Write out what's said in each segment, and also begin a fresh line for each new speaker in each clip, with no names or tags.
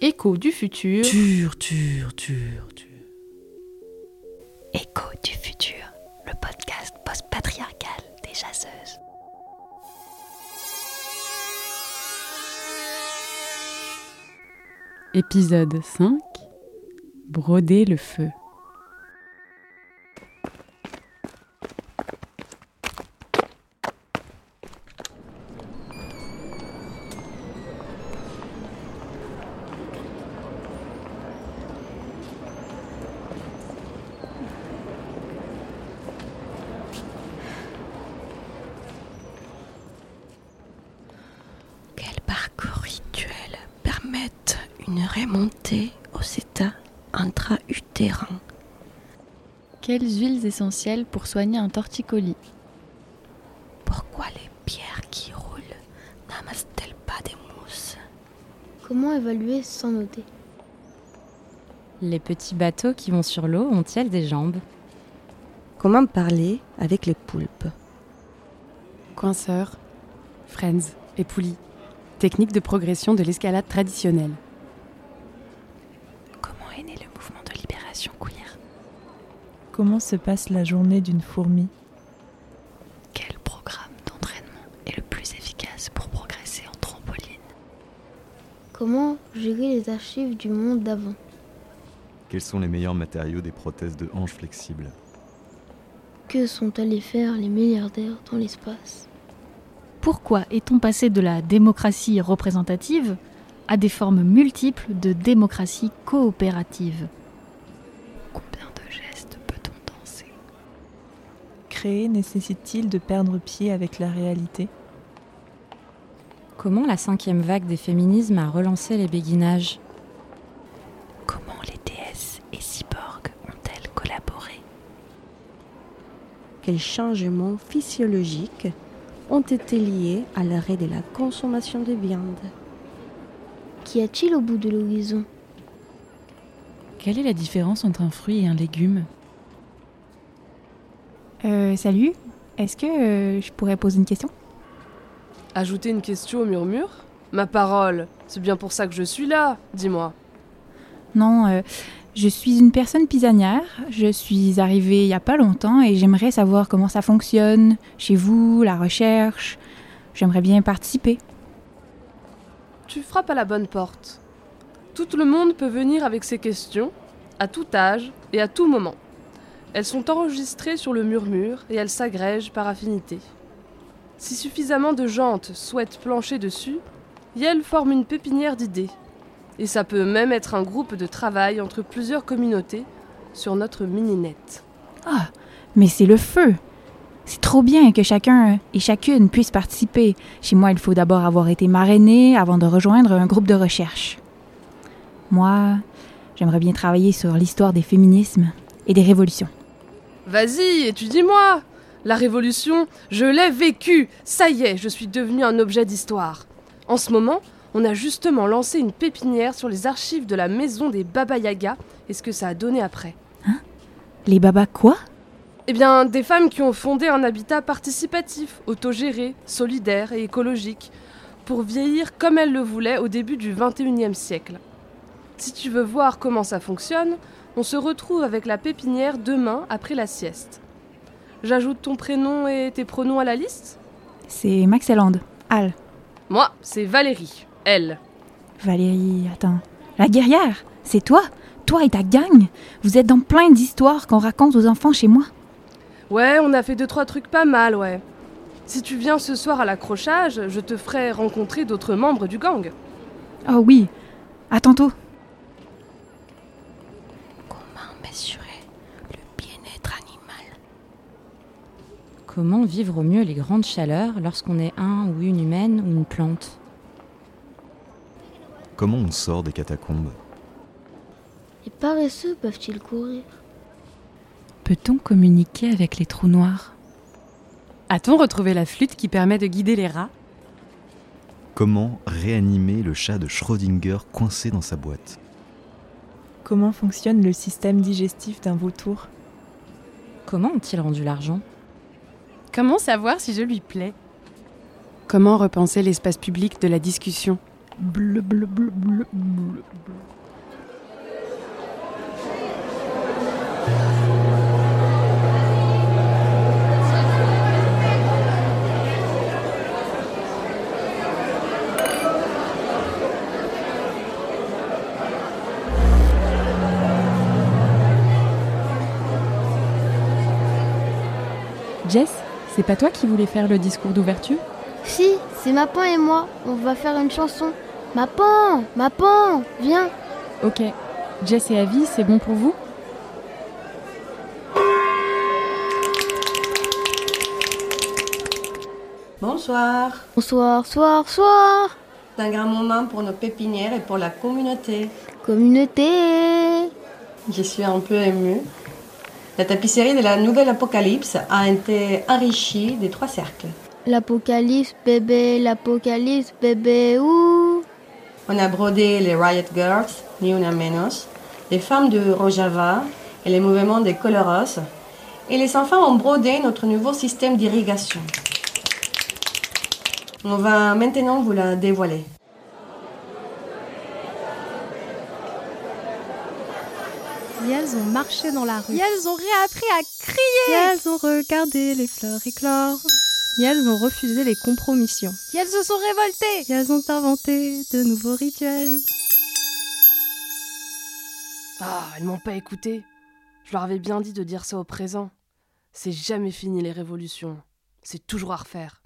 Écho du futur.
Dur, dur, dur, dur.
Écho du futur, le podcast post-patriarcal des chasseuses.
Épisode 5. Broder le feu.
Quels parcours rituels permettent une remontée aux états intra-utérins
Quelles huiles essentielles pour soigner un torticolis
Pourquoi les pierres qui roulent n'amassent-elles pas des mousses
Comment évaluer sans noter
Les petits bateaux qui vont sur l'eau ont-ils des jambes
Comment parler avec les poulpes
Coinceur, Friends et poulies. Technique de progression de l'escalade traditionnelle.
Comment est né le mouvement de libération queer
Comment se passe la journée d'une fourmi
Quel programme d'entraînement est le plus efficace pour progresser en trampoline
Comment gérer les archives du monde d'avant
Quels sont les meilleurs matériaux des prothèses de hanches flexibles
Que sont allés faire les milliardaires dans l'espace
Pourquoi est-on passé de la démocratie représentative à des formes multiples de démocratie coopérative
Combien de gestes peut-on danser
Créer nécessite-t-il de perdre pied avec la réalité
Comment la cinquième vague des féminismes a relancé les béguinages
Comment les déesses et cyborgs ont-elles collaboré
Quels changements physiologiques ont été liés à l'arrêt de la consommation de viande
Qu'y a-t-il au bout de l'horizon
Quelle est la différence entre un fruit et un légume
Euh, salut, est-ce que euh, je pourrais poser une question
Ajouter une question au murmure Ma parole, c'est bien pour ça que je suis là, dis-moi.
Non, euh, je suis une personne pisanière, je suis arrivée il y a pas longtemps et j'aimerais savoir comment ça fonctionne chez vous, la recherche. J'aimerais bien participer.
Tu frappes à la bonne porte. Tout le monde peut venir avec ses questions, à tout âge et à tout moment. Elles sont enregistrées sur le murmure et elles s'agrègent par affinité. Si suffisamment de gentes souhaitent plancher dessus, Yel forme une pépinière d'idées. Et ça peut même être un groupe de travail entre plusieurs communautés sur notre mini-net.
Ah, mais c'est le feu C'est trop bien que chacun et chacune puisse participer. Chez moi, il faut d'abord avoir été marrainé avant de rejoindre un groupe de recherche. Moi, j'aimerais bien travailler sur l'histoire des féminismes et des révolutions.
Vas-y, étudie-moi La révolution, je l'ai vécue Ça y est, je suis devenu un objet d'histoire. En ce moment, on a justement lancé une pépinière sur les archives de la maison des Baba Yaga et ce que ça a donné après.
Les babas quoi
Eh bien, des femmes qui ont fondé un habitat participatif, autogéré, solidaire et écologique, pour vieillir comme elles le voulaient au début du XXIe siècle. Si tu veux voir comment ça fonctionne, on se retrouve avec la pépinière demain après la sieste. J'ajoute ton prénom et tes pronoms à la liste
C'est Maxeland, Al,
Moi, c'est Valérie, elle.
Valérie, attends. La guerrière, c'est toi Toi et ta gang Vous êtes dans plein d'histoires qu'on raconte aux enfants chez moi.
Ouais, on a fait deux trois trucs pas mal, ouais. Si tu viens ce soir à l'accrochage, je te ferai rencontrer d'autres membres du gang.
Oh oui, à tantôt.
Comment mesurer le bien-être animal
Comment vivre au mieux les grandes chaleurs lorsqu'on est un ou une humaine ou une plante
Comment on sort des catacombes
Les paresseux peuvent-ils courir
Peut-on communiquer avec les trous noirs A-t-on retrouvé la flûte qui permet de guider les rats
Comment réanimer le chat de Schrödinger coincé dans sa boîte
Comment fonctionne le système digestif d'un vautour
Comment ont-ils rendu l'argent
Comment savoir si je lui plais Comment repenser l'espace public de la discussion,
Bleu, bleu, bleu, bleu, bleu, bleu.
Jess, c'est pas toi qui voulais faire le discours d'ouverture
Si, c'est Mapan et moi. On va faire une chanson. Mapan, Mapan, viens.
Ok. Jess et Avi, c'est bon pour vous
Bonsoir.
Bonsoir, soir, soir.
C'est un grand moment pour nos pépinières et pour la communauté.
Communauté.
Je suis un peu émue. La tapisserie de la nouvelle Apocalypse a été enrichie des trois cercles.
L'apocalypse bébé, l'apocalypse bébé, ouh.
On a brodé les Riot Girls, Ni Una Menos, les femmes de Rojava et les mouvements des Coloros. Et les enfants ont brodé notre nouveau système d'irrigation. On va maintenant vous la dévoiler.
Elles ont marché dans la rue.
Elles ont réappris à crier.
Elles ont regardé les fleurs éclore. Elles ont refusé les compromissions.
Elles se sont révoltées.
Elles ont inventé de nouveaux rituels.
Ah, elles m'ont pas écouté. Je leur avais bien dit de dire ça au présent. C'est jamais fini les révolutions. C'est toujours à refaire.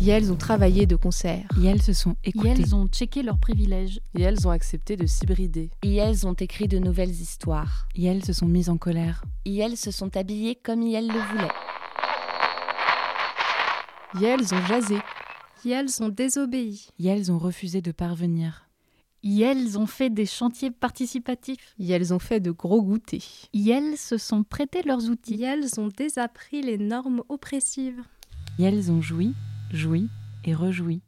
Et elles ont travaillé de concert.
Et elles se sont écoutées.
Et elles ont checké leurs privilèges.
Et elles ont accepté de s'hybrider.
Et elles ont écrit de nouvelles histoires.
Et elles se sont mises en colère.
Et elles se sont habillées comme elles le voulaient.
Et elles ont jasé.
Et elles ont désobéi.
Et elles ont refusé de parvenir.
Et elles ont fait des chantiers participatifs.
Et elles ont fait de gros goûters.
Et elles se sont prêtées leurs outils.
Et elles ont désappris les normes oppressives.
Et elles ont joui jouit et rejouit.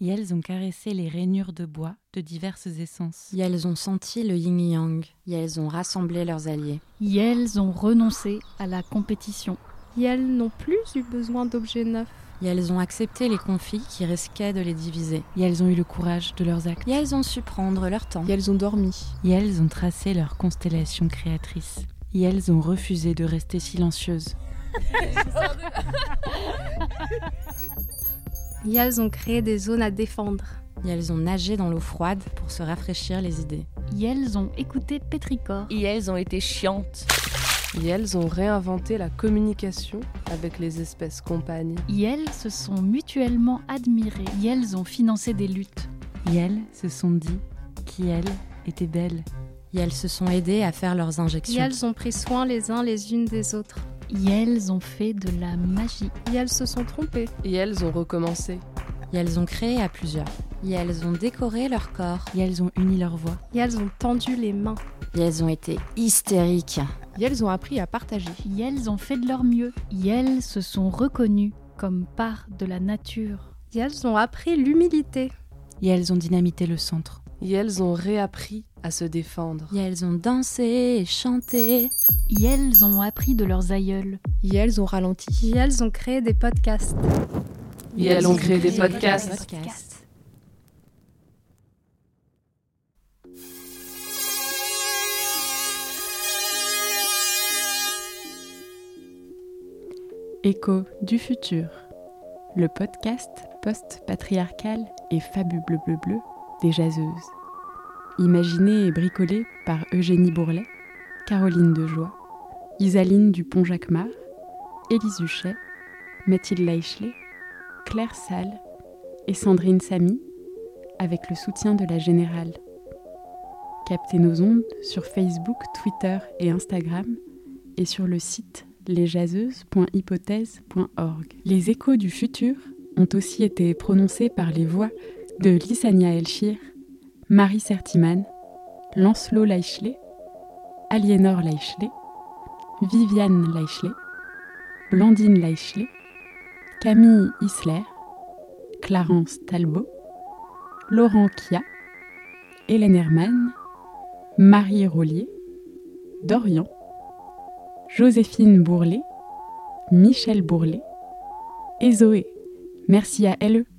Et elles ont caressé les rainures de bois de diverses essences.
Et elles ont senti le yin-yang. Et elles ont rassemblé leurs alliés.
Et elles ont renoncé à la compétition.
Et elles n'ont plus eu besoin d'objets neufs.
Et elles ont accepté les conflits qui risquaient de les diviser.
Et elles ont eu le courage de leurs actes.
Et elles ont su prendre leur temps.
Et elles ont dormi.
Et elles ont tracé leur constellation créatrice. Et elles ont refusé de rester silencieuses.
Et elles ont créé des zones à défendre.
Et elles ont nagé dans l'eau froide pour se rafraîchir les idées.
Et elles ont écouté Pétricor.
Et elles ont été chiantes.
Et elles ont réinventé la communication avec les espèces compagnes.
Et elles se sont mutuellement admirées. Et elles ont financé des luttes.
Et elles se sont dit qui elles étaient belles.
Et elles se sont aidées à faire leurs injections.
Et elles ont pris soin les uns les unes des autres.
Et elles ont fait de la magie.
Et elles se sont trompées.
Et elles ont recommencé.
Et elles ont créé à plusieurs. Et elles ont décoré leur corps.
Et elles ont uni leurs voix.
Et elles ont tendu les mains.
Et elles ont été hystériques.
Et elles ont appris à partager.
Et elles ont fait de leur mieux. Et elles se sont reconnues comme part de la nature.
Et elles ont appris l'humilité.
Et elles ont dynamité le centre.
Et elles ont réappris à se défendre.
Et elles ont dansé et chanté.
Et elles ont appris de leurs aïeuls.
Et elles ont ralenti.
Et elles ont créé des podcasts.
Et, et elles, elles ont créé, créé des, podcasts. des podcasts.
Écho du futur, le podcast post-patriarcal et fabuleux bleu bleu bleu des jaseuses imaginé et bricolé par Eugénie Bourlet, Caroline Dejoie, Isaline Dupont-Jacquemart, Élise Huchet, Mathilde Leichelet, Claire Salle et Sandrine Samy, avec le soutien de la Générale. Captez nos ondes sur Facebook, Twitter et Instagram et sur le site lesjaseuses.hypothèse.org. Les échos du futur ont aussi été prononcés par les voix de Lissania Elchir, Marie Sertiman, Lancelot Leichelet, Aliénor Leichelet, Viviane Leichelet, Blandine Leichelet, Camille Isler, Clarence Talbot, Laurent Kia, Hélène Herman, Marie Rollier, Dorian, Joséphine Bourlet, Michel Bourlet et Zoé. Merci à E LE